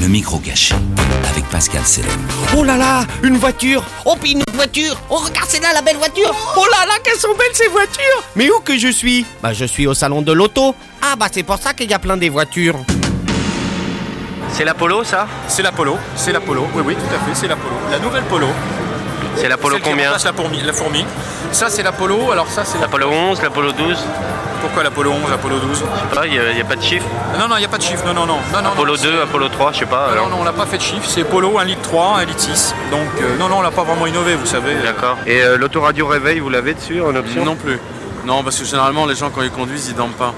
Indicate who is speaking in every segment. Speaker 1: Le micro gâché avec Pascal Selem.
Speaker 2: Oh là là, une voiture Oh, puis une autre voiture Oh, regarde, c'est là la belle voiture Oh là là, qu'elles sont belles ces voitures Mais où que je suis Bah, je suis au salon de l'auto. Ah, bah, c'est pour ça qu'il y a plein des voitures.
Speaker 3: C'est l'Apollo, ça
Speaker 4: C'est la Polo, c'est la Polo, oui oui tout à fait, c'est la Polo. La nouvelle Polo.
Speaker 3: C'est l'Apollo
Speaker 4: Celle qui
Speaker 3: combien
Speaker 4: remplace la fourmi, la fourmi. Ça c'est la Polo, alors ça c'est la...
Speaker 3: L'Apollo 11, l'Apollo 12
Speaker 4: Pourquoi la Polo 11, la Polo 12
Speaker 3: Je sais pas, il n'y a, pas de chiffre.
Speaker 4: Non non, il n'y a pas de chiffre, non non non. non, non
Speaker 3: Apollo
Speaker 4: non,
Speaker 3: 2, Apollo 3, je sais pas.
Speaker 4: c'est-
Speaker 3: alors.
Speaker 4: Non, non, on n'a pas fait de chiffre, c'est Polo 1 litre 3, 1 litre 6. Donc euh, non, non, on l'a pas vraiment innové, vous savez.
Speaker 3: D'accord. Et euh, l'autoradio réveil, vous l'avez dessus en option
Speaker 5: Non plus. Non, parce que généralement, les gens, quand ils conduisent, ils dorment pas.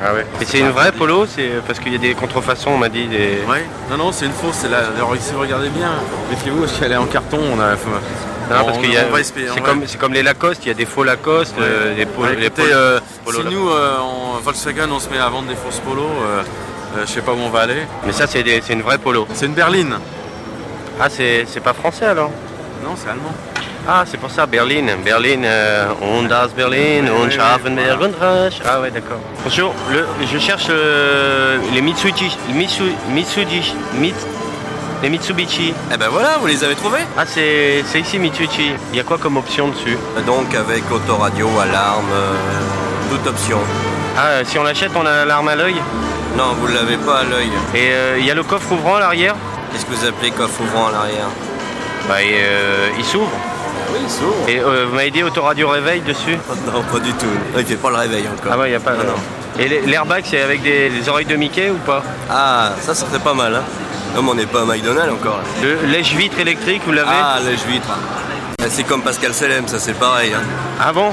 Speaker 3: Ah ouais. Et c'est une vraie Polo C'est parce qu'il y a des contrefaçons, on m'a dit. Des...
Speaker 5: Ouais. Non, non, c'est une fausse. C'est la... Alors, si vous regardez bien, méfiez-vous, parce qu'elle est en carton. On a... faut-
Speaker 3: Non,
Speaker 5: on-
Speaker 3: parce qu'il
Speaker 5: on
Speaker 3: y a.
Speaker 5: va espérer,
Speaker 3: C'est
Speaker 5: on va-
Speaker 3: comme, c'est comme les Lacoste, il y a des faux Lacoste,
Speaker 5: Ouais.
Speaker 3: euh, des
Speaker 5: Ouais,
Speaker 3: polos. les
Speaker 5: écoutez,
Speaker 3: polos-
Speaker 5: euh,
Speaker 3: polos
Speaker 5: si
Speaker 3: là-bas.
Speaker 5: nous, euh, en Volkswagen, on se met à vendre des fausses polos, euh, euh, je sais pas où on va aller.
Speaker 3: Mais ça, c'est des- c'est une vraie Polo.
Speaker 5: C'est une berline.
Speaker 3: Ah, c'est c'est pas français alors
Speaker 5: Non, c'est allemand.
Speaker 3: Ah, c'est pour ça, Berlin, Berlin, euh, on das Berlin,
Speaker 5: Ouais,
Speaker 3: on
Speaker 5: ouais,
Speaker 3: schaffen
Speaker 5: voilà.
Speaker 3: Berlin rasch. Ah ouais, d'accord. Bonjour, le, je cherche euh, les Mitsubishi, Mitsu, Mitsubishi, Mit, les Mitsubishi.
Speaker 6: Eh ben voilà, vous les avez trouvés
Speaker 3: Ah, c'est c'est ici Mitsubishi. Il y a quoi comme option dessus
Speaker 6: Donc avec autoradio, alarme, euh, toute option.
Speaker 3: Ah, si on l'achète, on a l'arme à l'œil.
Speaker 6: Non, vous ne l'avez pas à l'œil.
Speaker 3: Et euh, il y a le coffre ouvrant à l'arrière.
Speaker 6: Qu'est-ce que vous appelez coffre ouvrant à l'arrière
Speaker 3: Bah, et, euh, il s'ouvre.
Speaker 6: Oui, il s'ouvre.
Speaker 3: Et euh, vous m'avez dit autoradio réveil dessus
Speaker 6: Non, pas du tout. Il fait pas le réveil encore.
Speaker 3: Ah ouais, il n'y a pas.
Speaker 6: Non, non.
Speaker 3: Et l- l'airbag, c'est avec des, les oreilles de Mickey ou pas
Speaker 6: Ah, ça, ça serait pas mal. Hein. Non, mais on n'est pas à McDonald's encore. là.
Speaker 3: Le lèche-vitre électrique, vous l'avez
Speaker 6: Ah, lèche vitre. Ah, C'est comme Pascal Selem, ça c'est pareil. hein.
Speaker 3: Ah bon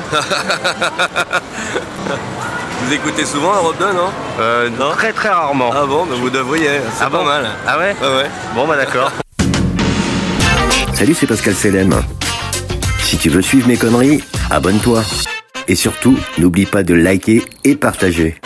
Speaker 6: Vous écoutez souvent Europe 2, non
Speaker 3: Euh,
Speaker 6: Non.
Speaker 3: Très très rarement.
Speaker 6: Ah bon, mais vous devriez, c'est
Speaker 3: Ah
Speaker 6: pas
Speaker 3: bon
Speaker 6: mal.
Speaker 3: Ah ouais
Speaker 6: Ouais, ouais.
Speaker 3: Bon bah d'accord.
Speaker 7: Salut, c'est Pascal Selem. Si tu veux suivre mes conneries, abonne-toi. Et surtout, n'oublie pas de liker et partager.